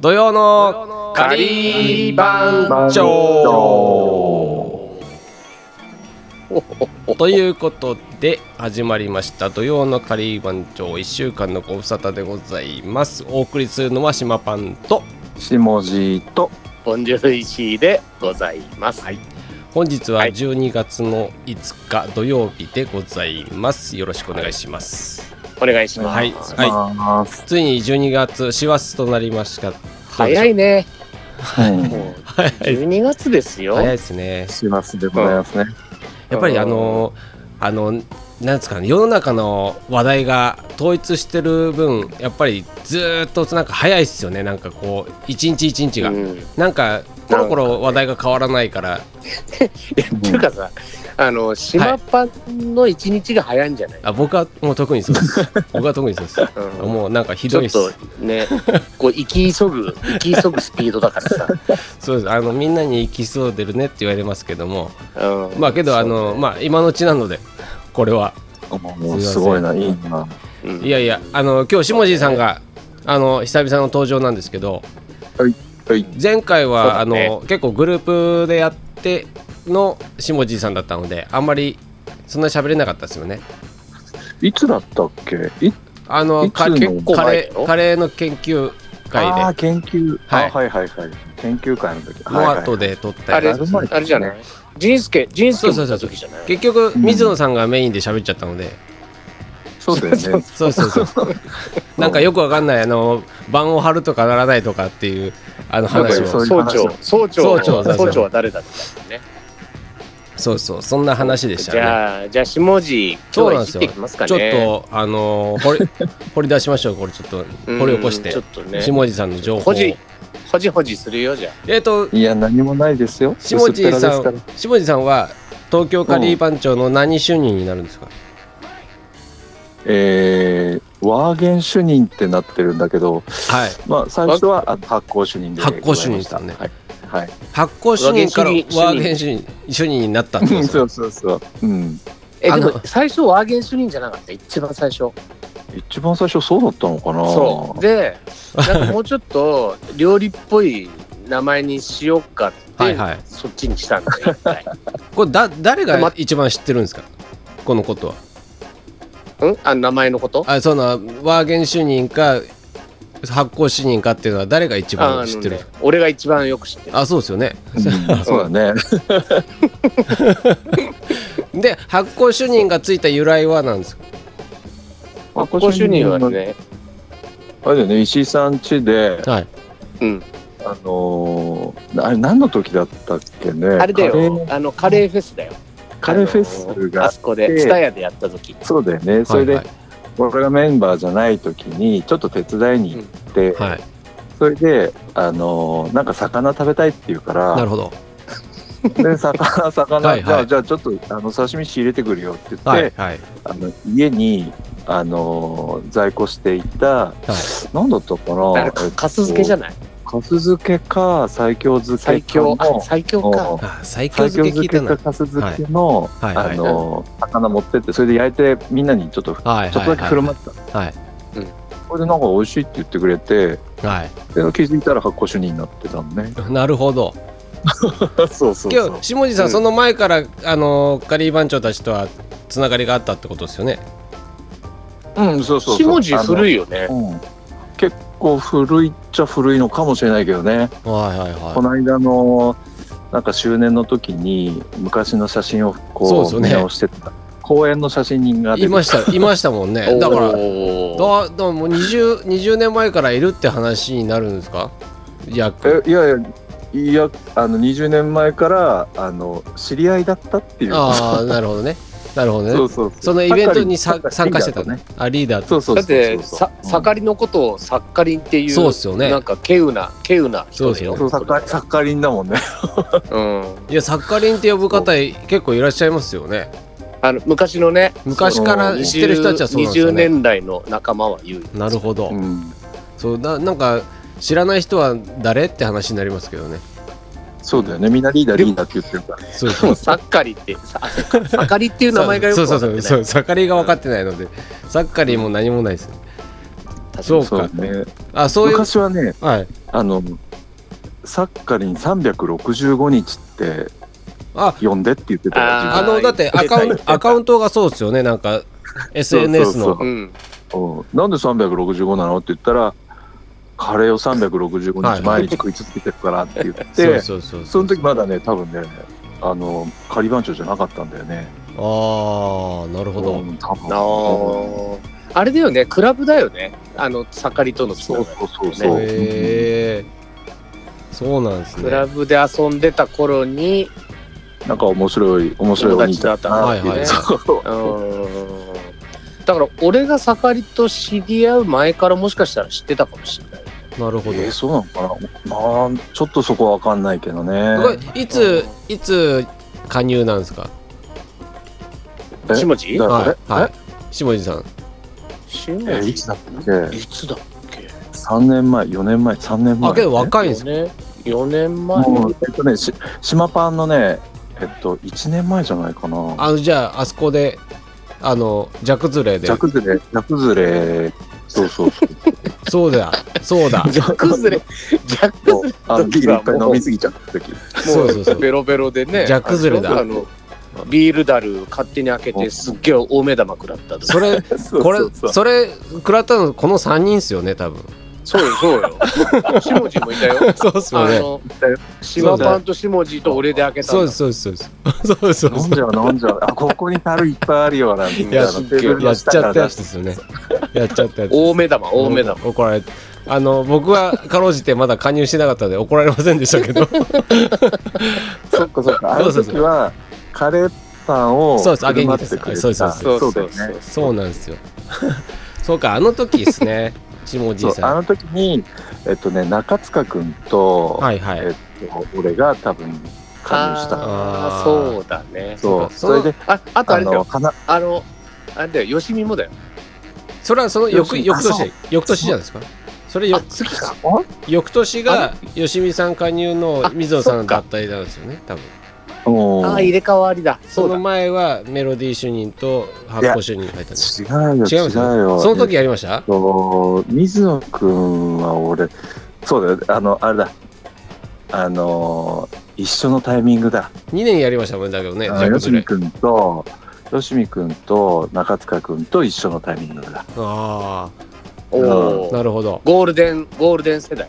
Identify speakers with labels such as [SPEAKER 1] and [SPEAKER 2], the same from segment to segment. [SPEAKER 1] 土曜のカリ番長ということで始まりました土曜のカリ番長1週間のご無沙汰でございますお送りするのは島パンと
[SPEAKER 2] 下地と
[SPEAKER 3] ボンジュル石井でございます。
[SPEAKER 1] はい本日は
[SPEAKER 3] はい
[SPEAKER 1] 12月の5日土曜日でございますよろしくお願いします
[SPEAKER 3] お願いします。
[SPEAKER 1] はい
[SPEAKER 2] お願いします。
[SPEAKER 1] ついに12月師走となりました
[SPEAKER 3] 早いね。
[SPEAKER 2] うん
[SPEAKER 3] もう
[SPEAKER 1] 早い
[SPEAKER 3] 12月ですよ。
[SPEAKER 1] 早いですね
[SPEAKER 2] しますでございますね。
[SPEAKER 1] やっぱりあのあのなんですかね世の中の話題が統一してる分やっぱりずーっとなんか早いっすよねなんかこう一日一日が、
[SPEAKER 3] うん
[SPEAKER 1] なんかコロコロ話題が変わらないから
[SPEAKER 3] いやっていうかさ、あの島パンの一日が早いんじゃない？
[SPEAKER 1] あ僕はもう特にそうです 僕は特にそうです
[SPEAKER 3] うん
[SPEAKER 1] もうなんかひ
[SPEAKER 3] ち
[SPEAKER 1] ど
[SPEAKER 3] ょ
[SPEAKER 1] い
[SPEAKER 3] っ
[SPEAKER 1] っす
[SPEAKER 3] とね、こう行き急ぐ行き急ぐスピードだからさ。
[SPEAKER 1] そうですあのみんなに行きそうでるねって言われますけども
[SPEAKER 3] うん
[SPEAKER 1] まあけどあの、まあ今のうちなのでこれは
[SPEAKER 2] もうすごいな、いいな。
[SPEAKER 3] うん
[SPEAKER 1] いやいやあの今日下地さんがあの久々の登場なんですけど
[SPEAKER 2] はい。
[SPEAKER 1] 前回は、あ
[SPEAKER 3] そうだね
[SPEAKER 1] の結構グループでやっての下地さんだったのであんまりそんなに喋れなかったですよね
[SPEAKER 2] いつだったっけ？い
[SPEAKER 1] あの
[SPEAKER 2] いつ
[SPEAKER 1] か
[SPEAKER 2] の
[SPEAKER 1] 結構カレ
[SPEAKER 3] 前
[SPEAKER 1] ー
[SPEAKER 3] よ
[SPEAKER 1] カレーの研究
[SPEAKER 2] あ
[SPEAKER 1] 会
[SPEAKER 2] ー研究。
[SPEAKER 1] はい
[SPEAKER 2] あはいはいはい。研究会の時。
[SPEAKER 1] で
[SPEAKER 2] はい
[SPEAKER 1] も
[SPEAKER 2] は
[SPEAKER 1] う
[SPEAKER 2] い
[SPEAKER 1] 後。で撮った
[SPEAKER 3] あ
[SPEAKER 1] り
[SPEAKER 3] れ
[SPEAKER 2] なる前
[SPEAKER 3] あれじゃない？ジンスケジンスケも行った時じゃない？
[SPEAKER 1] 結局水野さんがメインで喋っちゃったので、
[SPEAKER 2] そうだよね。
[SPEAKER 1] そうそうそう なんかよくわかんないあの番を張るとかならないとかっていうあの
[SPEAKER 3] なんか
[SPEAKER 1] 話
[SPEAKER 2] そ
[SPEAKER 1] を
[SPEAKER 2] ういう
[SPEAKER 3] 総
[SPEAKER 2] 話
[SPEAKER 3] 長総長
[SPEAKER 1] 総長
[SPEAKER 3] 総長は誰だったのね。
[SPEAKER 1] そうそうそんな話でした
[SPEAKER 3] じ
[SPEAKER 1] ね
[SPEAKER 3] ゃあじゃあ下地今日は切っていきますかね。
[SPEAKER 1] ちょっとあの掘り掘り出しましょうこれちょっと掘り起こして
[SPEAKER 3] うんちょっとね
[SPEAKER 1] 下地さんの情報を
[SPEAKER 3] ほじほじほじするよじゃ
[SPEAKER 1] えっ、と
[SPEAKER 2] いや何もないですよ。
[SPEAKER 1] 下地
[SPEAKER 2] 薄っぺら
[SPEAKER 1] さ
[SPEAKER 2] ですから
[SPEAKER 1] ん下地さんは東京カリー番長の何主任になるんですか、
[SPEAKER 2] えーワーゲン主任ってなってるんだけど、
[SPEAKER 1] はい
[SPEAKER 2] まあ最初はあ発行主任でございまし
[SPEAKER 1] 発
[SPEAKER 2] た。
[SPEAKER 1] 行主任さんね
[SPEAKER 2] はい。はい。
[SPEAKER 1] 発行主任から
[SPEAKER 3] ワ
[SPEAKER 1] ワ
[SPEAKER 3] ーゲン主任
[SPEAKER 1] ーゲン主任主任になったってことです
[SPEAKER 2] そ
[SPEAKER 1] か
[SPEAKER 2] うそうそう。うん。
[SPEAKER 3] え
[SPEAKER 1] あ
[SPEAKER 3] で
[SPEAKER 1] の
[SPEAKER 3] も最初ワーゲン主任じゃなかった一番最初
[SPEAKER 2] 一番最初そうだったのかな。
[SPEAKER 3] そうでなんかもうちょっと料理っぽい名前にしようかって
[SPEAKER 1] はいはい
[SPEAKER 3] そっちにしたんだよ一 回
[SPEAKER 1] これだ誰
[SPEAKER 3] ま
[SPEAKER 1] が一番知ってるんですかこのことは
[SPEAKER 3] うんあ名前のこと
[SPEAKER 1] あそのワーゲン主任か発行主任かっていうのは誰が一番知ってるん
[SPEAKER 3] あ
[SPEAKER 1] です
[SPEAKER 3] の
[SPEAKER 1] か
[SPEAKER 3] ね俺が一番よく知ってる
[SPEAKER 1] あそうですよね
[SPEAKER 2] うん そうだね。
[SPEAKER 1] で発行主任がついた由来はなんですか
[SPEAKER 2] 発
[SPEAKER 3] ご主任は。ね
[SPEAKER 2] あれだよね、石井さん家で、
[SPEAKER 1] はい
[SPEAKER 3] うん
[SPEAKER 2] あのーあれ何の時だったっけね。
[SPEAKER 3] あれだ
[SPEAKER 2] カレ
[SPEAKER 3] よ
[SPEAKER 2] ー
[SPEAKER 3] あのカレーフェスだよ
[SPEAKER 2] カレーフェス
[SPEAKER 3] あの
[SPEAKER 2] が
[SPEAKER 3] あそこで蔦屋でやった時
[SPEAKER 2] そうだよね。それで、
[SPEAKER 1] はい
[SPEAKER 2] 俺がメンバーじゃない時に、ちょっと手伝いに行って、
[SPEAKER 1] はい、はい
[SPEAKER 2] それで、あのーなんか魚食べたいって言うか
[SPEAKER 1] なる
[SPEAKER 2] ら、
[SPEAKER 1] ほど
[SPEAKER 2] で、魚、魚、
[SPEAKER 1] はいはい
[SPEAKER 2] じゃあ、じゃあちょっと、あの、刺身仕入れてくるよって言って、
[SPEAKER 1] はいはい
[SPEAKER 2] あの家に、あのー在庫していた、何だったか
[SPEAKER 3] あれ
[SPEAKER 2] な
[SPEAKER 3] かかす漬けじゃない
[SPEAKER 2] カス漬けか西京漬けかの
[SPEAKER 3] 最強あ最強か
[SPEAKER 2] うん
[SPEAKER 1] あ最強
[SPEAKER 2] 最強
[SPEAKER 1] 漬け聞
[SPEAKER 2] 漬
[SPEAKER 1] いて
[SPEAKER 2] け
[SPEAKER 1] ない
[SPEAKER 2] かカス漬けの、
[SPEAKER 1] はいはいはい
[SPEAKER 2] あの魚持ってってそれで焼いてみんなにちょっとちょ
[SPEAKER 1] はいはいはい
[SPEAKER 2] っとだけ振る舞った、
[SPEAKER 1] はい
[SPEAKER 3] うん
[SPEAKER 2] これでなんか美味しいって言ってくれて
[SPEAKER 1] はい
[SPEAKER 2] で気づいたら発酵主任になってたのね
[SPEAKER 1] なるほど
[SPEAKER 2] そうそう
[SPEAKER 1] 今日下地さん、
[SPEAKER 3] うん
[SPEAKER 1] その前からあのカリー番長たちとはつながりがあったってことですよね
[SPEAKER 2] うんそうそう
[SPEAKER 3] 下地古
[SPEAKER 2] い、
[SPEAKER 3] いよね
[SPEAKER 2] あのうん、結構古いっちゃ古いのかもしれないけどね
[SPEAKER 1] はいはい
[SPEAKER 2] こ
[SPEAKER 1] は
[SPEAKER 2] の間のなんか周年の時に昔の写真をこ
[SPEAKER 1] そううで
[SPEAKER 2] 見
[SPEAKER 1] すよね
[SPEAKER 2] 直してた公園の写真人が
[SPEAKER 1] いい
[SPEAKER 2] 出て
[SPEAKER 1] ましたいましたもん ねだから
[SPEAKER 3] おー
[SPEAKER 1] だだもう 20, 20年前からいるって話になるんですか約
[SPEAKER 2] えいやいやいやあの20年前からあの知り合いだったっていう
[SPEAKER 1] ああなるほどねなるほどね
[SPEAKER 2] そ
[SPEAKER 1] そう
[SPEAKER 2] そうそう
[SPEAKER 1] のイベントにさ
[SPEAKER 2] サッカー
[SPEAKER 1] 参加してた
[SPEAKER 2] リーダーと
[SPEAKER 1] ねあリーダーと
[SPEAKER 2] そうそう
[SPEAKER 3] だ
[SPEAKER 2] そう
[SPEAKER 3] って
[SPEAKER 2] そう
[SPEAKER 3] さ盛りのことをサッカリンっていう
[SPEAKER 1] そうっすよね
[SPEAKER 3] なんか稀有な稀有な人だ
[SPEAKER 1] そうっ
[SPEAKER 3] よ
[SPEAKER 1] す
[SPEAKER 2] そうサッカーサッカーリンだもんね
[SPEAKER 3] うん
[SPEAKER 1] いやサッカリンって呼ぶ方結構いらっしゃいますよね
[SPEAKER 3] あの昔のね
[SPEAKER 1] 昔から
[SPEAKER 2] そう
[SPEAKER 1] 知ってる人たちはそうなんですよ
[SPEAKER 3] 20
[SPEAKER 1] ね
[SPEAKER 3] 年来の仲間は言う
[SPEAKER 1] なるほど、
[SPEAKER 2] うん
[SPEAKER 1] そうだなんか知らない人は誰って話になりますけどね
[SPEAKER 2] そうだよねみんなリーダー
[SPEAKER 3] で
[SPEAKER 2] リ
[SPEAKER 3] も
[SPEAKER 2] ーダーって言ってるから
[SPEAKER 1] そう
[SPEAKER 3] で
[SPEAKER 1] そう
[SPEAKER 3] もサッカリってさ サカリっていう名前がよく
[SPEAKER 1] そう
[SPEAKER 3] わ
[SPEAKER 1] そ
[SPEAKER 3] か
[SPEAKER 1] う
[SPEAKER 3] って
[SPEAKER 1] そ
[SPEAKER 3] な
[SPEAKER 1] う
[SPEAKER 3] い
[SPEAKER 1] そうサッカリンが分かってないのでサッカリンも何もないです
[SPEAKER 3] 確かに
[SPEAKER 1] そう
[SPEAKER 2] そ
[SPEAKER 1] か
[SPEAKER 2] うね
[SPEAKER 1] あそういう
[SPEAKER 2] 昔はね
[SPEAKER 1] はい
[SPEAKER 2] あのサッカリン365日って
[SPEAKER 1] あ
[SPEAKER 2] 呼んでって言ってたよ
[SPEAKER 3] あー
[SPEAKER 1] あ
[SPEAKER 2] 自
[SPEAKER 1] のだってアカウントアカウントがそうですよねなんか SNS の
[SPEAKER 2] そうそう
[SPEAKER 3] うん。
[SPEAKER 2] 分うんなんで365なのって言ったらカレーを365日毎日食い続けてるからって言っ て、
[SPEAKER 1] そうそうそう
[SPEAKER 2] その時まだね多分ねあの仮番長じゃなかったんだよね。
[SPEAKER 1] ああなるほど、
[SPEAKER 2] うん多分
[SPEAKER 3] あーあれだよね、クラブだよね。あの、盛りとのつなが
[SPEAKER 2] そう
[SPEAKER 3] り
[SPEAKER 2] そうそうそう。
[SPEAKER 1] へえそうなんです
[SPEAKER 3] ク
[SPEAKER 1] ね
[SPEAKER 3] ラブで遊んでた頃に、
[SPEAKER 2] なんか面白い面白いお兄ちゃんなっていう
[SPEAKER 1] 友達
[SPEAKER 2] そう
[SPEAKER 3] うーん。だから、俺が盛りと知り合う前からもしかしたら知ってたかもしれない。
[SPEAKER 1] なるほど、
[SPEAKER 2] えー、そうなのかなまあちょっとそこはわかんないけどね
[SPEAKER 1] これいついつ加入なんですか
[SPEAKER 2] え
[SPEAKER 3] しもじ
[SPEAKER 2] だから
[SPEAKER 1] はいはい下地さん
[SPEAKER 3] しも
[SPEAKER 2] えーい
[SPEAKER 3] じ
[SPEAKER 2] つだっけ
[SPEAKER 3] いつだっけ
[SPEAKER 2] 3年前4年前3年前、
[SPEAKER 1] あけど若いんですか
[SPEAKER 3] ね。4年前
[SPEAKER 2] もうえっとねし島パンのねえっと1年前じゃないかな
[SPEAKER 1] あのじゃああそこであのジャクズレで
[SPEAKER 2] ジャクズレジャクズレそうそうそう
[SPEAKER 1] そうだそうだ
[SPEAKER 3] ジャックズレ、ジャッ クズレ
[SPEAKER 2] もうあのビールいっぱい飲みすぎちゃった時
[SPEAKER 1] そうそうそう
[SPEAKER 3] ベロベロでね。
[SPEAKER 1] ジャックズレだ
[SPEAKER 3] あのビールダル勝手に開けてすっげえ大目玉食らった と
[SPEAKER 1] それ
[SPEAKER 2] そう
[SPEAKER 1] これ
[SPEAKER 2] そうそう
[SPEAKER 1] それ食らったのこの3人っすよね多分
[SPEAKER 3] そうよそうよしもじもいたよ
[SPEAKER 1] そうっす
[SPEAKER 3] あ
[SPEAKER 1] よね
[SPEAKER 3] の島パンとしもじと俺で開けた
[SPEAKER 1] そうですそうですそうですそうですそう
[SPEAKER 2] 飲ん
[SPEAKER 1] で
[SPEAKER 2] じゃう飲んじゃうあここに樽いっぱいあるよなんて
[SPEAKER 1] いや
[SPEAKER 2] テーブル
[SPEAKER 1] すや
[SPEAKER 2] の
[SPEAKER 1] っ
[SPEAKER 2] 下
[SPEAKER 1] ち
[SPEAKER 2] か
[SPEAKER 1] ゃ
[SPEAKER 2] ら
[SPEAKER 1] ったや
[SPEAKER 2] 出
[SPEAKER 1] つ
[SPEAKER 2] し
[SPEAKER 1] ですよねやっちゃったやつ
[SPEAKER 3] 大目玉大目玉
[SPEAKER 1] 怒られあの僕はかろうじてまだ加入してなかったんで怒られませんでしたけど
[SPEAKER 2] そっかそっか。あの
[SPEAKER 1] そうそう
[SPEAKER 2] 時
[SPEAKER 1] そ
[SPEAKER 2] はカレーパンを
[SPEAKER 1] そうです揚げ
[SPEAKER 2] 振る
[SPEAKER 1] に
[SPEAKER 2] 舞
[SPEAKER 1] で
[SPEAKER 2] っ
[SPEAKER 1] す
[SPEAKER 2] てくれた。
[SPEAKER 1] そうそう
[SPEAKER 3] そうそう
[SPEAKER 2] だ
[SPEAKER 3] そ
[SPEAKER 2] よ
[SPEAKER 3] うそう
[SPEAKER 2] ね。
[SPEAKER 1] そうなんですよそうかあの時です ね下おじ
[SPEAKER 2] そ
[SPEAKER 1] いう
[SPEAKER 2] あ
[SPEAKER 1] さん
[SPEAKER 2] の時にえっとね中塚くんと、
[SPEAKER 1] はいはい
[SPEAKER 2] えっと俺が多分加入した。
[SPEAKER 3] あ
[SPEAKER 1] あー
[SPEAKER 3] ーそうだね
[SPEAKER 1] そう
[SPEAKER 2] そう。
[SPEAKER 1] か
[SPEAKER 2] それで
[SPEAKER 3] ああとあ
[SPEAKER 2] あ
[SPEAKER 3] れだ
[SPEAKER 2] の
[SPEAKER 3] よ
[SPEAKER 2] 花
[SPEAKER 3] あのあれだよよしみもだよ
[SPEAKER 1] それはその翌
[SPEAKER 2] よ
[SPEAKER 1] 翌
[SPEAKER 2] しあそ
[SPEAKER 1] 年翌年じゃないですかそれよ
[SPEAKER 3] あ次か
[SPEAKER 1] 翌年が吉見さん加入の
[SPEAKER 3] あ
[SPEAKER 1] 水野さ
[SPEAKER 3] そ
[SPEAKER 1] ん
[SPEAKER 3] っか
[SPEAKER 1] だったりなんですよね多分
[SPEAKER 2] お
[SPEAKER 3] あー
[SPEAKER 2] ー
[SPEAKER 3] 入れ替わりだそ
[SPEAKER 1] そう
[SPEAKER 3] だ
[SPEAKER 1] の前はメロディー主任と発行主任が入ったんです
[SPEAKER 2] 違うよ
[SPEAKER 1] 違い
[SPEAKER 2] 違
[SPEAKER 1] ます
[SPEAKER 2] うよ。
[SPEAKER 1] その時
[SPEAKER 2] えっ
[SPEAKER 1] やりました
[SPEAKER 2] と水野くんは俺そうだよあのあれだあの一緒のタイミングだ。
[SPEAKER 1] 2年やりましたもんだけどねジ
[SPEAKER 2] あ
[SPEAKER 1] ャク
[SPEAKER 2] のよし
[SPEAKER 1] ズ
[SPEAKER 2] み
[SPEAKER 1] レ
[SPEAKER 2] くんとよしみくんと中塚くんと一緒のタイミングだ
[SPEAKER 1] ああ
[SPEAKER 3] おお
[SPEAKER 1] なるほど
[SPEAKER 3] ゴールデンゴールデン世代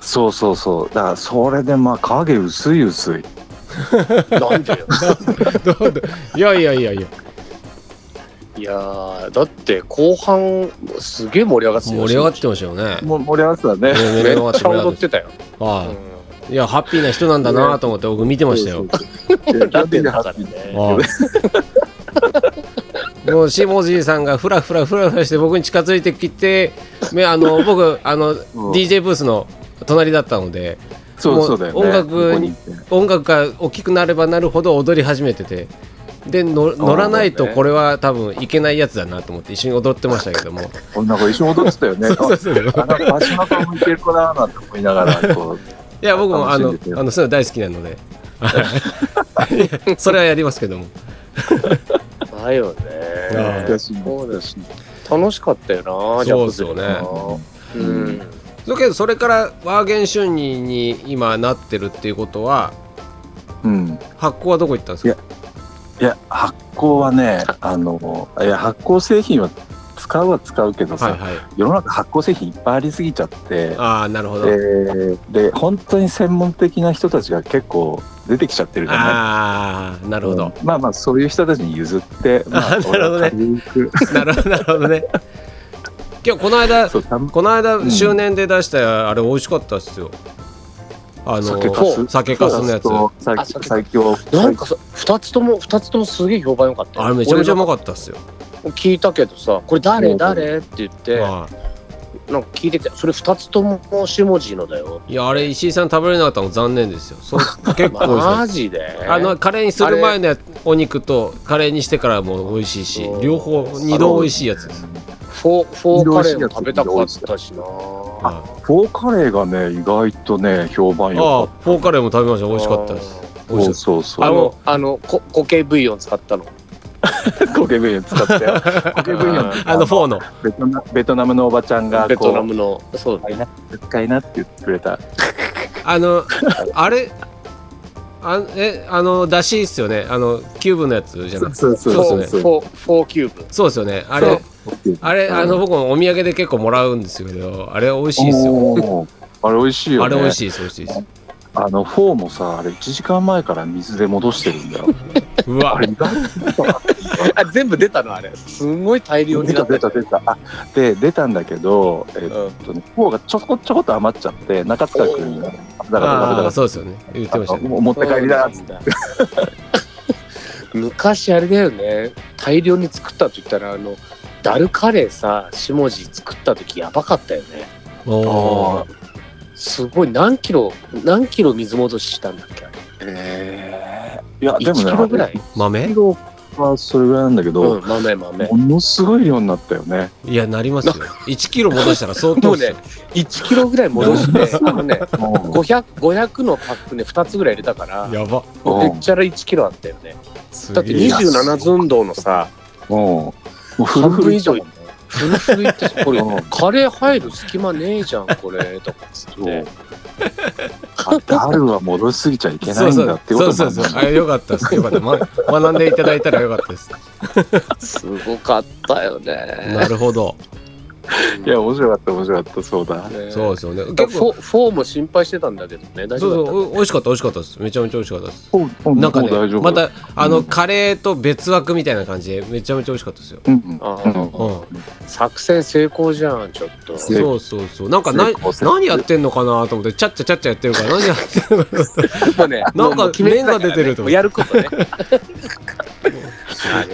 [SPEAKER 2] そうそうそうだからそれでまあ影薄い薄い
[SPEAKER 3] なんでよ
[SPEAKER 1] どうどういやいやいやいや
[SPEAKER 3] いやーだって後半すげえ盛り上がってたよ
[SPEAKER 1] 盛り上がってましたよね
[SPEAKER 2] もう盛り合わせだね
[SPEAKER 1] ね
[SPEAKER 3] めっ
[SPEAKER 1] 盛り上がって
[SPEAKER 3] ち
[SPEAKER 1] 盛
[SPEAKER 3] ゃ
[SPEAKER 1] り上が
[SPEAKER 3] 踊
[SPEAKER 1] っ
[SPEAKER 3] っててたよ、
[SPEAKER 1] は
[SPEAKER 3] うん
[SPEAKER 1] いいやハッピーな人なんだなと思って僕見てましたよ
[SPEAKER 3] ラ
[SPEAKER 2] なん
[SPEAKER 3] テ
[SPEAKER 2] で
[SPEAKER 3] ンだから
[SPEAKER 2] だ
[SPEAKER 3] ね。
[SPEAKER 1] はいもうしもじいさんがフラフラフラフラして僕に近づいてきてめあの僕あの DJ ブースの隣だったので
[SPEAKER 2] そうそうだよね
[SPEAKER 1] 音楽
[SPEAKER 2] ここに行って
[SPEAKER 1] 音楽が大きくなればなるほど踊り始めててでの乗らないとこれは多分いけないやつだなと思って一緒に踊ってましたけ ども
[SPEAKER 2] こんな子一緒に踊ってたよ ね
[SPEAKER 1] そうそうそう
[SPEAKER 2] ああの真島君もいける子だなんて思いなが らこう
[SPEAKER 1] いや僕もあ
[SPEAKER 2] 楽
[SPEAKER 1] の
[SPEAKER 2] しんでてよ
[SPEAKER 1] あのそういうの大好きなので それはやりますけどもや
[SPEAKER 3] だよね。
[SPEAKER 2] 懐かしい
[SPEAKER 3] そうだ
[SPEAKER 2] しい
[SPEAKER 3] 楽しかったよな、ジ
[SPEAKER 1] そう
[SPEAKER 3] ャッ
[SPEAKER 1] で
[SPEAKER 3] ク
[SPEAKER 1] す
[SPEAKER 3] ズレ
[SPEAKER 1] よね
[SPEAKER 3] なうん。
[SPEAKER 1] だけどそれからワーゲン春任に今なってるっていうことは
[SPEAKER 2] うん
[SPEAKER 1] 発行はどこ行ったんですか
[SPEAKER 2] いや発酵はねあのいや発酵製品は使うは使うけどさ、
[SPEAKER 1] はいはい
[SPEAKER 2] 世の中発酵製品いっぱいありすぎちゃって
[SPEAKER 1] ああなるほど、
[SPEAKER 2] でで本当に専門的な人たちが結構出てきちゃってるじゃない
[SPEAKER 1] ああなるほど、
[SPEAKER 2] まあまあそういう人たちに譲って、ま
[SPEAKER 1] あ
[SPEAKER 2] あ、
[SPEAKER 1] ーなるほどね
[SPEAKER 2] ね。軽く
[SPEAKER 1] なるほどなるほどね今日この間
[SPEAKER 2] そうたん
[SPEAKER 1] この間
[SPEAKER 2] ん
[SPEAKER 1] 周年で出したあれ美味しかったっすよあの
[SPEAKER 2] 酒粕
[SPEAKER 1] 酒粕のやつ
[SPEAKER 2] そう
[SPEAKER 3] あ
[SPEAKER 2] 最
[SPEAKER 3] 酒粕
[SPEAKER 2] 最強
[SPEAKER 3] なんかさ、二つとも、二つともすげえ評判良かったよ。
[SPEAKER 1] あれめちゃめちゃう
[SPEAKER 3] 俺
[SPEAKER 1] まかったっすよ
[SPEAKER 3] なんか聞いたけどさ、これ誰
[SPEAKER 2] うん
[SPEAKER 3] 誰って言って、なんか
[SPEAKER 1] は
[SPEAKER 3] 聞いてきた、それ二つともしもじのだよ。
[SPEAKER 1] いいやあれ石井さん食べれなかったの残念ですよそう結構美味しか
[SPEAKER 3] マ
[SPEAKER 1] っ
[SPEAKER 3] ジで。
[SPEAKER 1] たあのカレーにする前のやお肉とカレーにしてからも美味しいし
[SPEAKER 3] そう
[SPEAKER 1] 両方二度美味しいやつです
[SPEAKER 3] フォー、フォーカレーも食べたかったしな。
[SPEAKER 1] あ
[SPEAKER 2] フォーカレーがね意外とね評判良
[SPEAKER 1] あ
[SPEAKER 2] か
[SPEAKER 1] あ
[SPEAKER 2] っ
[SPEAKER 1] フォーカレーも食べました美味しかったです
[SPEAKER 3] あー。
[SPEAKER 1] 美
[SPEAKER 2] た
[SPEAKER 1] 味
[SPEAKER 2] そう
[SPEAKER 1] し
[SPEAKER 2] そう
[SPEAKER 1] あ
[SPEAKER 3] あ
[SPEAKER 2] そう
[SPEAKER 1] の
[SPEAKER 3] の、あの、こ固形ブイヨン使ったの。
[SPEAKER 2] コケブイヨン使って コケブイヨンって
[SPEAKER 1] あの4の
[SPEAKER 2] ベトナベトナムのおばちゃんが
[SPEAKER 3] ベトナ
[SPEAKER 2] こ
[SPEAKER 3] ムのそうだね
[SPEAKER 2] う使いなって言ってくれた
[SPEAKER 1] あのあれあえあの出汁っすよねあのキューブのやつじゃなくて
[SPEAKER 2] そうそう
[SPEAKER 1] そ
[SPEAKER 3] フ
[SPEAKER 1] う
[SPEAKER 3] ォ
[SPEAKER 1] で
[SPEAKER 3] ー
[SPEAKER 1] す
[SPEAKER 2] ね
[SPEAKER 3] フォーフォーキューブ
[SPEAKER 1] そうですよねあ
[SPEAKER 3] そ
[SPEAKER 1] れ
[SPEAKER 3] う
[SPEAKER 1] あれあの僕もお土産で結構もらうんですけどあれ美味しいですよ
[SPEAKER 2] よあれ美味しいよね
[SPEAKER 1] あれ美味しいです美味しいです
[SPEAKER 2] あのフォーもさあれ1時間前から水で戻してるんだよ
[SPEAKER 1] う
[SPEAKER 2] あ
[SPEAKER 1] わ
[SPEAKER 2] れ
[SPEAKER 3] あ全部出たのあれすんごい大量に
[SPEAKER 2] 出
[SPEAKER 3] な
[SPEAKER 2] た
[SPEAKER 3] った
[SPEAKER 2] 出た出たあで出たんだけどえっとねフォーがちょこちょこっと余っちゃって中塚君がだからだ
[SPEAKER 1] あ
[SPEAKER 2] か
[SPEAKER 1] ーそうですよね言ってま
[SPEAKER 2] ら
[SPEAKER 1] した
[SPEAKER 2] あ
[SPEAKER 1] ね
[SPEAKER 2] 持って帰りだっつって
[SPEAKER 3] うん 昔あれだよね大量に作ったと言ったらあのダルカレーさ下地作った時やばかったよね
[SPEAKER 1] おー
[SPEAKER 3] すごい何キロ何キロ水戻ししたんだっけあれ
[SPEAKER 2] えーいやでもね
[SPEAKER 3] 1キロぐらい
[SPEAKER 2] 1
[SPEAKER 1] 豆
[SPEAKER 2] キロはそれぐらいなんだけど、
[SPEAKER 3] うん豆豆
[SPEAKER 2] ものすごい量になったよね
[SPEAKER 1] いやなりますよ1キロ戻したら相当っすよ
[SPEAKER 3] も1キロぐらい戻してあのね 500, 500のパックね2つぐらい入れたから
[SPEAKER 1] やば
[SPEAKER 3] めっちゃら1キロあったよね
[SPEAKER 1] す
[SPEAKER 3] だって
[SPEAKER 1] げえ
[SPEAKER 3] 27ズ運動のさ
[SPEAKER 2] うんもうフル
[SPEAKER 3] 半
[SPEAKER 2] フ
[SPEAKER 3] 分
[SPEAKER 2] ル
[SPEAKER 3] 以上ふるふるいってさこれ
[SPEAKER 2] うん
[SPEAKER 3] カレー入る隙間ねえじゃんこれとかっつっ
[SPEAKER 2] そう
[SPEAKER 3] て
[SPEAKER 2] あダルは戻しすぎちゃいけないんだっていう
[SPEAKER 1] そ
[SPEAKER 2] こ
[SPEAKER 1] う
[SPEAKER 2] と
[SPEAKER 1] そ
[SPEAKER 2] な
[SPEAKER 1] うんそ
[SPEAKER 2] だ
[SPEAKER 1] うそうあよかったです よかった、ま、学んでいただいたらよかったです
[SPEAKER 3] すごかったよ
[SPEAKER 1] な
[SPEAKER 3] ね
[SPEAKER 1] るほど
[SPEAKER 2] いや面白かった面白かったそうだ
[SPEAKER 3] ね
[SPEAKER 1] そうですよね
[SPEAKER 3] だから
[SPEAKER 1] 結
[SPEAKER 3] フォ
[SPEAKER 1] 構
[SPEAKER 3] ーフォーも心配してたんだけどね大
[SPEAKER 1] そう
[SPEAKER 3] 丈夫だっ
[SPEAKER 1] そう
[SPEAKER 3] た
[SPEAKER 1] お美味しかった美味しかったですめちゃめちゃ美味しかったですな
[SPEAKER 2] なん
[SPEAKER 1] かね
[SPEAKER 2] 大丈夫
[SPEAKER 1] またあの、
[SPEAKER 2] うん
[SPEAKER 1] カレーと別枠みたいな感じでめちゃめちゃ美味しかったですよ、
[SPEAKER 2] うんうん
[SPEAKER 3] あ
[SPEAKER 2] う
[SPEAKER 3] ー
[SPEAKER 2] ん
[SPEAKER 1] うん、
[SPEAKER 3] 作戦成功じゃんちょっと
[SPEAKER 2] 成
[SPEAKER 1] そうそうそうなんかな
[SPEAKER 2] 成功成功
[SPEAKER 1] 何やってんのかなと思ってちゃっちゃちゃっちゃやってるから何やってんの かな
[SPEAKER 3] もうね
[SPEAKER 1] なんか
[SPEAKER 3] もう決めてたら
[SPEAKER 1] 面が出てると思う
[SPEAKER 3] もうやることね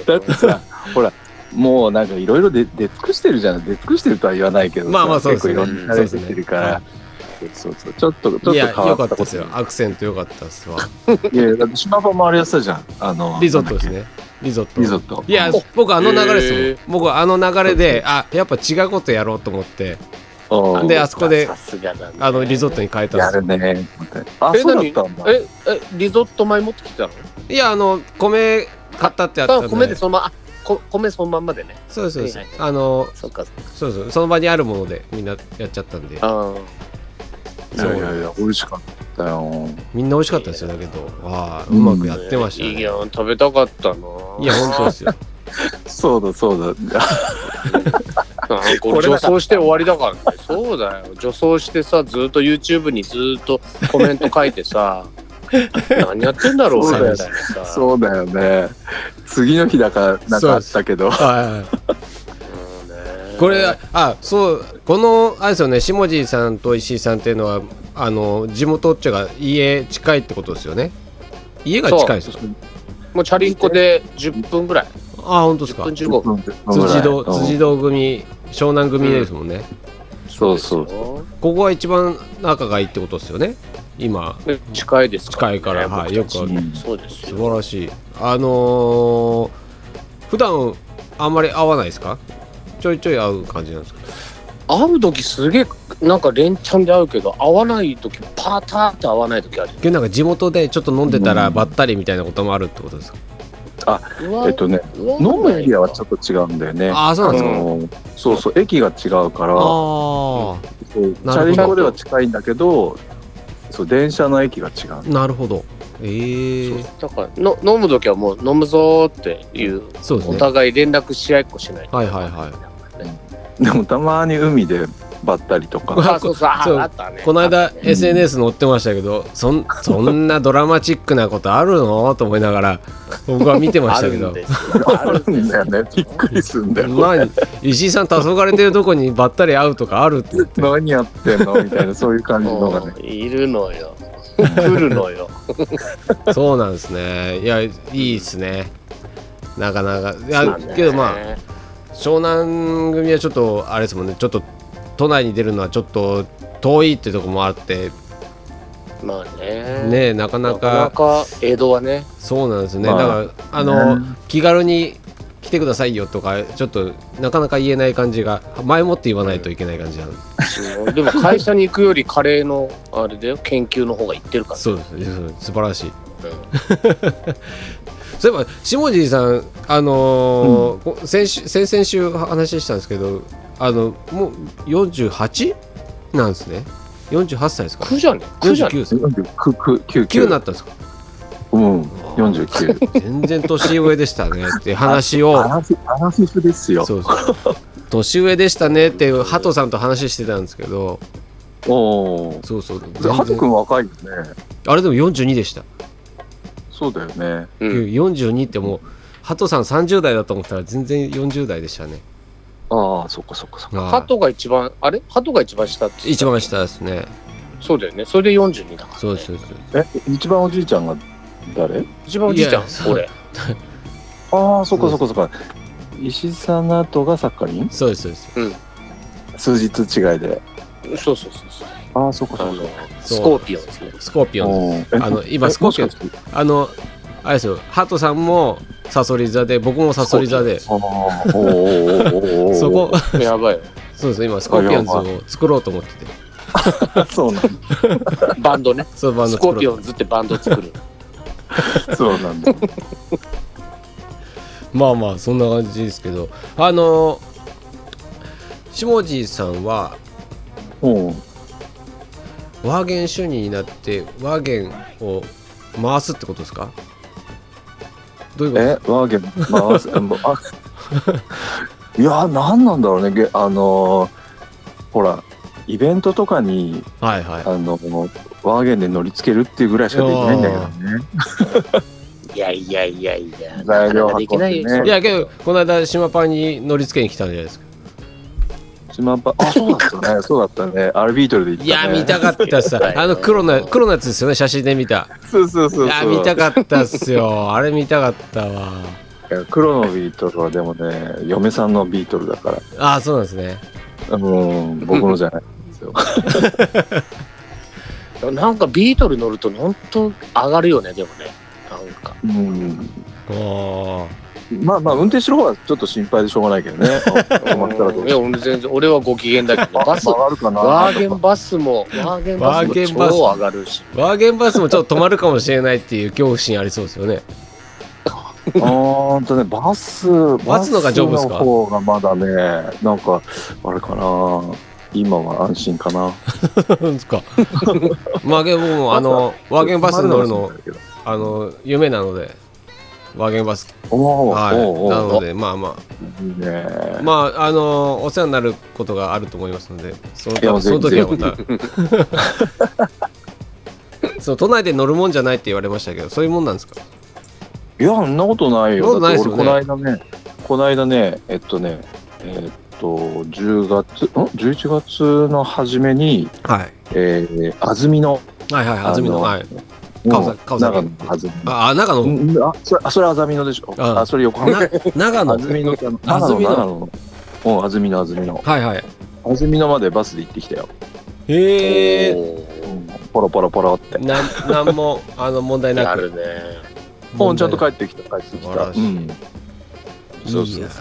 [SPEAKER 2] だってさほらもうなんかいろいろ出尽くしてるじゃん出尽くしてるとは言わないけどさ
[SPEAKER 1] まあまあそうですね
[SPEAKER 2] 結構いろんな出てきてるから、そうそうちょっとちょっと
[SPEAKER 1] い
[SPEAKER 2] 変
[SPEAKER 1] やよ
[SPEAKER 2] わ
[SPEAKER 1] か
[SPEAKER 2] っ
[SPEAKER 1] ったで
[SPEAKER 2] たこ
[SPEAKER 1] す
[SPEAKER 2] と
[SPEAKER 1] よアクセントよかったっすわ
[SPEAKER 2] いやいやだって島場もあれやってたじゃんあの
[SPEAKER 1] リゾットです
[SPEAKER 2] なんだっ
[SPEAKER 1] ねリゾット
[SPEAKER 2] けリゾット
[SPEAKER 1] いや
[SPEAKER 3] お
[SPEAKER 1] 僕あの流れですもん、
[SPEAKER 3] へー
[SPEAKER 1] 僕あの流れであやっぱ違うことやろうと思って
[SPEAKER 2] うん
[SPEAKER 1] であそこで
[SPEAKER 3] さすがだね
[SPEAKER 1] あのリゾットに変えた
[SPEAKER 2] や
[SPEAKER 1] んで
[SPEAKER 2] るねみたいなあ
[SPEAKER 3] え
[SPEAKER 2] そうだったんだ
[SPEAKER 3] ええリゾット米持ってきてたの
[SPEAKER 1] すよいやあの米買ったってあったん
[SPEAKER 3] あ
[SPEAKER 1] で
[SPEAKER 3] 米でそのままあこ米そのまんまでね
[SPEAKER 1] そうですそうです
[SPEAKER 3] はいはい
[SPEAKER 1] あの
[SPEAKER 3] そっかそっか
[SPEAKER 1] そうそうその場にあるものでみんなやっちゃったんで
[SPEAKER 3] あ
[SPEAKER 2] い
[SPEAKER 1] そう
[SPEAKER 2] やいやいや美味しかったよ
[SPEAKER 1] みんな美味しかったですよだけどああうまくやってました
[SPEAKER 3] ね
[SPEAKER 1] ね
[SPEAKER 3] いいやん食べたかったない
[SPEAKER 1] や本当ですよ
[SPEAKER 2] そうだそうだ
[SPEAKER 3] 当なんかこれ女装して終わりだからねそうだよ女装してさずっと YouTube にずっとコメント書いて さ何やってんだろう
[SPEAKER 2] そうだよ
[SPEAKER 3] みたいなさ
[SPEAKER 2] そうだよね次の日だからなんかあったけど
[SPEAKER 1] はい
[SPEAKER 3] うんね
[SPEAKER 1] これあそうこのあれですよね下地さんと石井さんっていうのはあの地元っちゃが家近いってことですよね家が近いですよ
[SPEAKER 3] もうチャリンコで10分ぐらい
[SPEAKER 1] あ本当です
[SPEAKER 3] 10
[SPEAKER 1] か
[SPEAKER 3] 分15分
[SPEAKER 1] 辻堂
[SPEAKER 2] うん
[SPEAKER 1] 辻堂組湘南組ですもんね、
[SPEAKER 2] そうそう
[SPEAKER 3] う
[SPEAKER 1] ここが一番仲がいいってことですよね今
[SPEAKER 3] 近いですか
[SPEAKER 1] 近いから、はい、よくわかる
[SPEAKER 2] うん
[SPEAKER 3] そうです
[SPEAKER 1] 素
[SPEAKER 3] よ
[SPEAKER 1] 晴らしいあのー、普段あんまり会わないですかちょいちょい会う感じなんですか
[SPEAKER 3] 会う時すげえなんか連チャンで会うけど会わない時パターって会わない時ある
[SPEAKER 1] 今日なんか地元でちょっと飲んでたら
[SPEAKER 2] うん
[SPEAKER 1] ばったりみたいなこともあるってことですか、
[SPEAKER 2] えっとね飲むエリアはちょっと違うんだよね
[SPEAKER 1] ああそうなんですか、
[SPEAKER 2] あのそうそう駅が違うから
[SPEAKER 1] あ
[SPEAKER 2] そうチ
[SPEAKER 1] なるほど
[SPEAKER 2] ャリンコでは近いんだけどそう電車の駅が違 う
[SPEAKER 1] あなるほどえー
[SPEAKER 3] そう、だからの飲む時はもう飲むぞーっていう
[SPEAKER 1] そうです
[SPEAKER 3] お
[SPEAKER 1] ね
[SPEAKER 3] 互い連絡し合いっこしないと
[SPEAKER 1] はいはいはい
[SPEAKER 2] でもたまに海でばったりとか
[SPEAKER 3] あそうそうあ
[SPEAKER 1] そう
[SPEAKER 3] あったね
[SPEAKER 1] この
[SPEAKER 3] あ
[SPEAKER 1] 間
[SPEAKER 3] ったね
[SPEAKER 1] SNS 載ってましたけどそんそんなドラマチックなことあるのと思いながら僕は見てまし
[SPEAKER 3] あ
[SPEAKER 1] た
[SPEAKER 3] る
[SPEAKER 1] け
[SPEAKER 3] ん
[SPEAKER 1] ど
[SPEAKER 3] ですよ
[SPEAKER 2] あるんだよねびっくりするんだよ
[SPEAKER 1] 何石井さん黄昏てるとこにばったり会うとかあるって言って
[SPEAKER 2] 何やってんのみたいなそういう感じのがね
[SPEAKER 3] もういるのよ来るのよ
[SPEAKER 1] そうなんですねいやいいですねなかなか いや、けどまあ
[SPEAKER 3] あ
[SPEAKER 1] 湘南組はちょっとあれですもんねちょっと都内に出るのはちょっと遠いってとこもあって
[SPEAKER 3] まあね
[SPEAKER 1] ねえなかな
[SPEAKER 3] なかな
[SPEAKER 1] か
[SPEAKER 3] か江戸はね
[SPEAKER 1] そうなんですね、
[SPEAKER 2] まあ
[SPEAKER 1] だからあの、
[SPEAKER 2] ね
[SPEAKER 1] 気軽に来てくださいよとかちょっとなかなか言えない感じが前もって言わないといけない感じなの、
[SPEAKER 3] うんでも会社に行くよりカレーのあれだよ研究の方が行ってるから
[SPEAKER 1] そうですね素晴らしい
[SPEAKER 3] うん
[SPEAKER 1] そういえば下地さんあのーこ先週先々週話したんですけどあのもう 48? なんですね48歳ですか
[SPEAKER 3] 苦じゃね苦じゃね
[SPEAKER 1] 49ですか9
[SPEAKER 2] 49
[SPEAKER 1] になったんですか
[SPEAKER 2] うん 49
[SPEAKER 1] 全然年上でしたねっていう話を
[SPEAKER 2] アラフィアラフィフですよ
[SPEAKER 1] そうそう年上でしたねっていうハトさんと話してたんですけど
[SPEAKER 2] おお
[SPEAKER 1] そうそう全然
[SPEAKER 2] ハト君若いよね
[SPEAKER 1] あれでも42でした、
[SPEAKER 2] そうだよね
[SPEAKER 3] うん
[SPEAKER 1] 42ってもうハトさん30代だと思ったら全然40代でしたね
[SPEAKER 2] ああそっかそっかそっか
[SPEAKER 1] は
[SPEAKER 3] ハトが一番あれハトが一番下って
[SPEAKER 1] い一番下ですね
[SPEAKER 3] そうだよねそれで42だから、ね、
[SPEAKER 1] そうですそうです
[SPEAKER 2] え一番おじいちゃんが誰
[SPEAKER 3] 一番おじいちゃん
[SPEAKER 1] いやそう
[SPEAKER 3] 俺
[SPEAKER 2] ああそっかそっかそっか石さなとがサッカリン
[SPEAKER 1] そうですそうです
[SPEAKER 2] 数日違いで
[SPEAKER 3] そうそうそうそう
[SPEAKER 2] ああそっか
[SPEAKER 3] あ
[SPEAKER 2] そっ
[SPEAKER 3] の
[SPEAKER 2] か
[SPEAKER 1] そう
[SPEAKER 3] スコーピオンですね
[SPEAKER 1] スコーピオンです
[SPEAKER 2] おーえ
[SPEAKER 1] あの今スコーピオン
[SPEAKER 2] えもしかして
[SPEAKER 1] あのあれですよハトさんもサソリ座で僕もサソリ座で
[SPEAKER 2] あーおーおーおーおー
[SPEAKER 1] そこ
[SPEAKER 3] やばいよ
[SPEAKER 1] そうです今スコーピオンズを作ろうと思ってて
[SPEAKER 2] そうなん
[SPEAKER 3] バンドね
[SPEAKER 1] そうバンド
[SPEAKER 3] ス
[SPEAKER 1] 作ろ
[SPEAKER 3] コ
[SPEAKER 1] う
[SPEAKER 3] ーピオンズってバンド作る
[SPEAKER 2] そうなんだ
[SPEAKER 1] まあまあそんな感じですけどあの下地さんは
[SPEAKER 2] おー
[SPEAKER 1] ワーゲン主任になってワーゲンを回すってことですかどういうこと
[SPEAKER 2] えワーゲン 回すうんあいや何なんだろうねげあのーほらイベントとかに
[SPEAKER 1] はいはい
[SPEAKER 2] あのワーゲンで乗り付けるっていうぐらいしかできないんだけどね
[SPEAKER 3] いやいやいやいや
[SPEAKER 2] 材料運んでね
[SPEAKER 3] なかなかできないよ
[SPEAKER 1] いやけどこの間島パンに乗り付けに来たんじゃないですか
[SPEAKER 2] 島パあそうだったねそうだったねアルビートルで行った、
[SPEAKER 1] い
[SPEAKER 2] ね、
[SPEAKER 1] や見たかったっす
[SPEAKER 3] はい
[SPEAKER 1] あの黒の黒のやつですよね写真で見た
[SPEAKER 2] そうそうそうそう
[SPEAKER 1] いや見たかったっすよあれ見たかったわ
[SPEAKER 2] いや黒のビートルはでもね嫁さんのビートルだか
[SPEAKER 1] ああそうなんですね
[SPEAKER 2] らうん僕のじゃないんですよ
[SPEAKER 3] なんかビートル乗ると本当上がるよねでもねなんか
[SPEAKER 2] うん
[SPEAKER 1] おー
[SPEAKER 2] まあまあ運転してる方はちょっと心配でしょうがないけ どねあ止まったらどう
[SPEAKER 3] いや俺全然俺はご機嫌だけどバス
[SPEAKER 2] 曲がるかな
[SPEAKER 3] ワーゲンバスもワーゲンバ
[SPEAKER 1] ワーゲ
[SPEAKER 3] ス
[SPEAKER 1] ン
[SPEAKER 3] も
[SPEAKER 1] バス
[SPEAKER 3] 超上がるし
[SPEAKER 1] ワーゲンバスもちょっと止まるかもしれないっていう恐怖心ありそうですよね
[SPEAKER 2] あーんとね、バス、
[SPEAKER 1] バスのが丈夫っすか
[SPEAKER 2] バスの方がまだね、なんか、あれかな、今は安心かな。
[SPEAKER 1] なんですか。 まあ、でももう、あの、ワーゲンバスに乗るの、あの、夢なので。ワーゲンバス。
[SPEAKER 2] お
[SPEAKER 1] は
[SPEAKER 2] ー
[SPEAKER 1] い。
[SPEAKER 2] お
[SPEAKER 1] な
[SPEAKER 2] ー
[SPEAKER 1] の
[SPEAKER 2] おー
[SPEAKER 1] で、まあま
[SPEAKER 2] いいね。
[SPEAKER 1] あ、まあ、あの、お世話になることがあると思いますので。そ
[SPEAKER 2] いや
[SPEAKER 1] の、その時
[SPEAKER 2] ぜ
[SPEAKER 1] は
[SPEAKER 2] ひ
[SPEAKER 1] また。 そう、都内で乗るもんじゃないって言われましたけど、そういうもんなんですか。
[SPEAKER 2] いや、そんなことないよ。
[SPEAKER 1] そんなことない
[SPEAKER 2] だって俺この間ね、この間ね、えっとね、えっと、10月、ん ?11 月の初めに、
[SPEAKER 1] はい。
[SPEAKER 2] えー、安曇野。
[SPEAKER 1] はいはい、安曇野。はい。川崎川
[SPEAKER 2] 長
[SPEAKER 1] 崎
[SPEAKER 2] 野の安曇野。
[SPEAKER 1] あ、あ長野。
[SPEAKER 2] うんあ、それ、あそれ安曇野でしょ。
[SPEAKER 1] あ
[SPEAKER 2] あ、それ横浜
[SPEAKER 1] な。長野。
[SPEAKER 2] 安曇野ってあの
[SPEAKER 1] 安曇野
[SPEAKER 2] 長野長野うん安曇野安曇野
[SPEAKER 1] はいはい。
[SPEAKER 2] 安曇野までバスで行ってきたよ、
[SPEAKER 1] へえ。
[SPEAKER 2] ポロポロポロって
[SPEAKER 1] なん、なんも、あの、問題な
[SPEAKER 3] な
[SPEAKER 1] く。
[SPEAKER 3] るね
[SPEAKER 2] うんちゃんと帰ってきた帰ってき
[SPEAKER 1] 素
[SPEAKER 2] た
[SPEAKER 1] 晴らしい
[SPEAKER 2] うんそう
[SPEAKER 1] い
[SPEAKER 2] そう
[SPEAKER 1] や
[SPEAKER 2] そ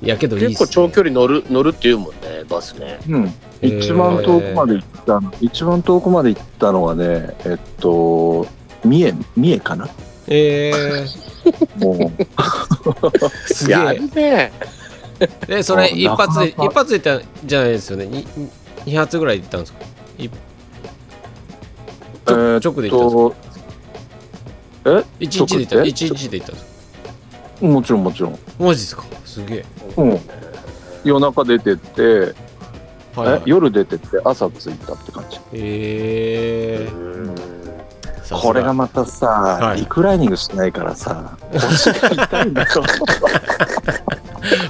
[SPEAKER 1] いやけどいいっす、ね、
[SPEAKER 3] 結構長距離乗る乗るっていうもんねバスね
[SPEAKER 2] ううん一番遠くまで行ったの一番遠くまで行ったのはねえっと三重三重かな
[SPEAKER 1] えー、
[SPEAKER 2] もう
[SPEAKER 1] すげ
[SPEAKER 3] や
[SPEAKER 1] え
[SPEAKER 3] るね
[SPEAKER 1] でそれ一発で
[SPEAKER 2] なかな
[SPEAKER 1] 一
[SPEAKER 2] か
[SPEAKER 1] 発でいったんじゃないですよねにに二発ぐらい行ったんですか
[SPEAKER 2] えーっ
[SPEAKER 1] 直で行ったんですか
[SPEAKER 2] と
[SPEAKER 1] 一日で行った
[SPEAKER 2] 直って
[SPEAKER 1] 一日で行ったんですか
[SPEAKER 2] もちろんもちろん
[SPEAKER 1] マジですかすげえ
[SPEAKER 2] うん夜中出てって、
[SPEAKER 1] はい、は
[SPEAKER 2] え
[SPEAKER 1] い、
[SPEAKER 2] 夜出てって朝着いたって感じ
[SPEAKER 1] えー
[SPEAKER 3] うん
[SPEAKER 1] さすが
[SPEAKER 2] これがまたさ、
[SPEAKER 1] はい
[SPEAKER 2] リクライニングしないからさ腰が痛いんだ よ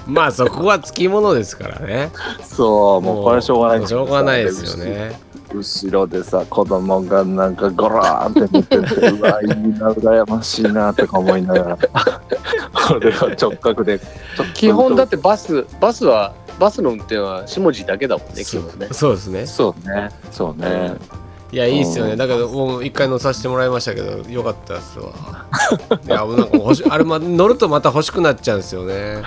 [SPEAKER 1] まあそこは付き物ですからね
[SPEAKER 2] そうもうこれはしょうがない
[SPEAKER 1] もしょうがないですよね
[SPEAKER 2] 後ろでさ子供がなんかゴローンって見ててうわいいな羨ましいなとか思いながらこれは直角で
[SPEAKER 3] 基本だってバスバスはバスの運転は下地だけだもんね基
[SPEAKER 1] そ
[SPEAKER 3] 本ね
[SPEAKER 1] うそうですね
[SPEAKER 2] そうねそうね
[SPEAKER 1] いやいいっすよね
[SPEAKER 2] うん
[SPEAKER 1] だけどもう一回乗させてもらいましたけどよかったっすわいやもうなんか欲しあれ、ま、乗るとまた欲しくなっちゃうんですよね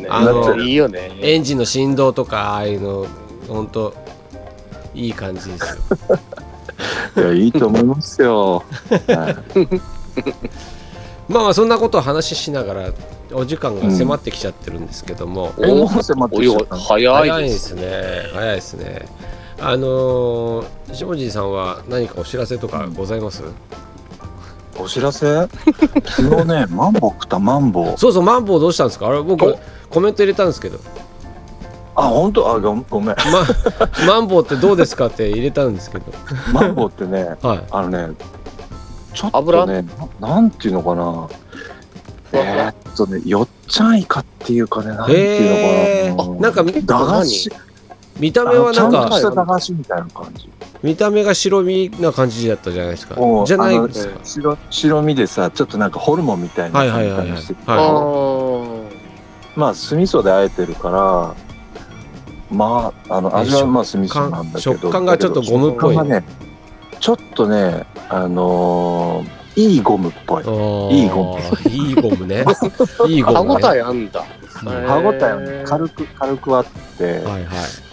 [SPEAKER 3] ね
[SPEAKER 1] あの
[SPEAKER 3] いいよね
[SPEAKER 1] エンジンの振動とかああいうの本当いい感じ ですよ。
[SPEAKER 2] いやいいと思いますよ、はい
[SPEAKER 1] まあまあそんなことを話ししながらお時間が迫ってきちゃってるんですけども、
[SPEAKER 2] えもう迫って
[SPEAKER 3] お
[SPEAKER 2] きちゃ
[SPEAKER 3] よ
[SPEAKER 2] ったの
[SPEAKER 1] 早い
[SPEAKER 3] 早い
[SPEAKER 1] で
[SPEAKER 3] です
[SPEAKER 1] すね早いですねあのー、下地さんは何かお知らせとかございます、
[SPEAKER 2] お知らせ昨日ねマンボウ食ったマンボウ
[SPEAKER 1] そうそうマンボウどうしたんですかあれ僕
[SPEAKER 3] お
[SPEAKER 1] コメント入れたんですけど
[SPEAKER 2] あ本当あごごめん
[SPEAKER 1] ま、マンボウってどうですかって入れたんですけど、
[SPEAKER 2] マンボウってね
[SPEAKER 1] はい、
[SPEAKER 2] あのねちょっとねななんていうのかな
[SPEAKER 3] ふ
[SPEAKER 2] え
[SPEAKER 3] わふ
[SPEAKER 2] ー
[SPEAKER 3] わ
[SPEAKER 2] っとねよっちゃんイカっていうかねなんていうのかな、
[SPEAKER 1] えーなんか
[SPEAKER 2] 駄菓子
[SPEAKER 1] 見た
[SPEAKER 2] あ
[SPEAKER 1] 目は
[SPEAKER 2] のち
[SPEAKER 1] な
[SPEAKER 2] ゃ
[SPEAKER 1] ん
[SPEAKER 2] んと
[SPEAKER 1] か
[SPEAKER 2] した駄菓子みたいな感じ
[SPEAKER 1] 見た目が白身な感じだったじゃないですか
[SPEAKER 2] もう
[SPEAKER 1] じゃない
[SPEAKER 2] あの
[SPEAKER 1] ですか
[SPEAKER 2] 白白身でさちょっとなんかホルモンみたいな
[SPEAKER 1] はいはいはい
[SPEAKER 2] 感じしてて
[SPEAKER 1] はい
[SPEAKER 3] あ
[SPEAKER 1] は
[SPEAKER 3] ー
[SPEAKER 2] まあ酢味噌で和えてるからまああの味はまあ酢味噌なんだけど
[SPEAKER 1] 食感がちょっとゴムっぽい
[SPEAKER 2] 食感がねちょっとねあのーいいゴムっぽい
[SPEAKER 1] あー
[SPEAKER 2] いいゴ
[SPEAKER 1] いいゴムねいいゴム、ね、
[SPEAKER 3] 歯応えあんだ。
[SPEAKER 1] うん
[SPEAKER 3] へー
[SPEAKER 2] 歯ごたえはね軽く軽くあって、
[SPEAKER 1] はいはい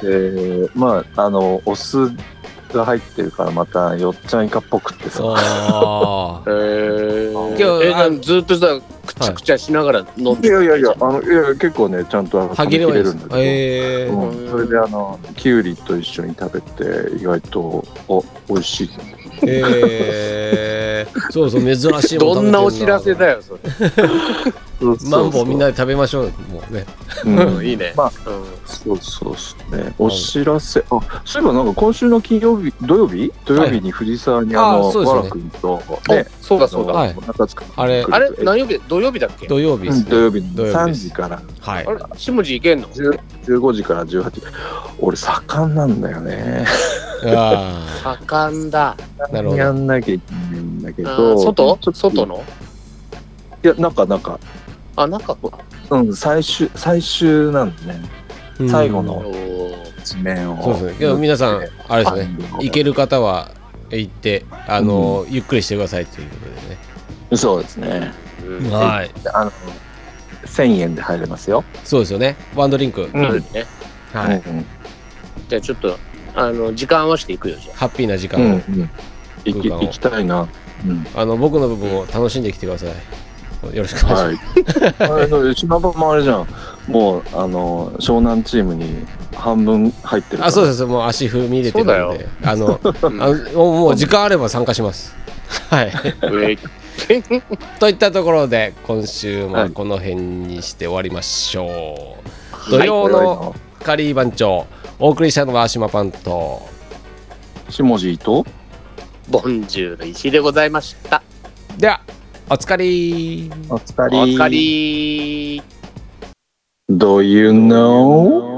[SPEAKER 2] でまああのお酢が入ってるからまたよっちゃんイカっぽくってさ
[SPEAKER 1] あ
[SPEAKER 3] へー
[SPEAKER 1] 今日
[SPEAKER 3] え
[SPEAKER 1] あ
[SPEAKER 3] なんずっとさくちゃくちゃしながら飲ん
[SPEAKER 2] い
[SPEAKER 3] で
[SPEAKER 2] やいやいやあのいや結構ねちゃんとあの
[SPEAKER 1] ー歯切れはいい
[SPEAKER 2] 噛み
[SPEAKER 1] です
[SPEAKER 2] 切んだけど、
[SPEAKER 1] えー
[SPEAKER 2] うん、それであのきゅうりと一緒に食べて意外とお美味しい
[SPEAKER 1] えー、そうそう珍しいもの食べてる
[SPEAKER 3] どんなお知らせだよそれ。
[SPEAKER 1] マンボウみん
[SPEAKER 2] な、
[SPEAKER 1] なで食べましょうもうね
[SPEAKER 2] うん、
[SPEAKER 3] いいね。
[SPEAKER 2] まあ
[SPEAKER 3] うん
[SPEAKER 2] そうそうそうねお知らせあそういえばなんか今週の金曜日土曜日土曜日に藤沢にあ
[SPEAKER 1] あ
[SPEAKER 2] の、
[SPEAKER 1] そうですね
[SPEAKER 2] わら君と
[SPEAKER 3] お
[SPEAKER 2] ね
[SPEAKER 3] そうだそうだ。
[SPEAKER 1] はい
[SPEAKER 2] 中塚君
[SPEAKER 1] あれ
[SPEAKER 2] 来
[SPEAKER 3] あれ
[SPEAKER 2] ると
[SPEAKER 3] 何曜日土曜日だっけ
[SPEAKER 1] 土曜日で
[SPEAKER 2] う
[SPEAKER 1] す
[SPEAKER 2] ん
[SPEAKER 1] ね
[SPEAKER 2] 土曜日の
[SPEAKER 1] 土曜日
[SPEAKER 2] 3
[SPEAKER 1] です
[SPEAKER 2] 時から
[SPEAKER 1] はい
[SPEAKER 3] あれ下地行けんの
[SPEAKER 2] 10 15時から18時俺盛んなんだよね
[SPEAKER 1] あ
[SPEAKER 3] 盛んだ。
[SPEAKER 1] ーなるほ
[SPEAKER 2] や
[SPEAKER 1] ど
[SPEAKER 2] んなきゃいけないんだけ
[SPEAKER 3] あ
[SPEAKER 2] ど
[SPEAKER 3] ー外
[SPEAKER 2] ちょっと
[SPEAKER 3] 外の
[SPEAKER 2] いやなんかなんか
[SPEAKER 3] あ、中か。
[SPEAKER 2] うん最終最終なんでね
[SPEAKER 1] うん
[SPEAKER 2] 最後の
[SPEAKER 3] おー
[SPEAKER 2] 一面を
[SPEAKER 1] そうですねけど皆さんあれですね行ける方は行ってあの、ゆっくりしてくださいということでね、
[SPEAKER 2] そうですね。
[SPEAKER 3] うん
[SPEAKER 1] はい
[SPEAKER 2] あの1000円で入れますよ。
[SPEAKER 1] そうですよねワンドリンク、
[SPEAKER 2] うん
[SPEAKER 3] そうですね。
[SPEAKER 1] はい、
[SPEAKER 2] うん
[SPEAKER 3] じゃあちょっとあの時間合わせていくよじゃ
[SPEAKER 1] ハッピーな時
[SPEAKER 2] う
[SPEAKER 1] 間を、
[SPEAKER 2] んうん行き
[SPEAKER 1] 空間を
[SPEAKER 2] 行きたいな。うん
[SPEAKER 1] あの僕の部分を楽しんできてくださいよろしくお願いします、
[SPEAKER 2] はい。あれそう島場もあれじゃん。もうあの湘南チームに半分入ってるから。
[SPEAKER 1] あそうですもう足踏み入れてるん
[SPEAKER 3] そうだ
[SPEAKER 1] であの
[SPEAKER 3] あ。
[SPEAKER 1] あのもうもう時間あれば参加しますはい
[SPEAKER 3] うんえい
[SPEAKER 1] といったところで今週
[SPEAKER 2] は
[SPEAKER 1] も
[SPEAKER 2] い
[SPEAKER 1] この辺にして終わりましょう、
[SPEAKER 2] はい。
[SPEAKER 1] 土曜の
[SPEAKER 2] はい
[SPEAKER 1] カリー番長お送りしたのは島パンと
[SPEAKER 2] 下地と
[SPEAKER 3] ボンジュール石井でございました。
[SPEAKER 1] ではおつかり
[SPEAKER 2] お疲
[SPEAKER 3] お疲れ。
[SPEAKER 2] Do you know?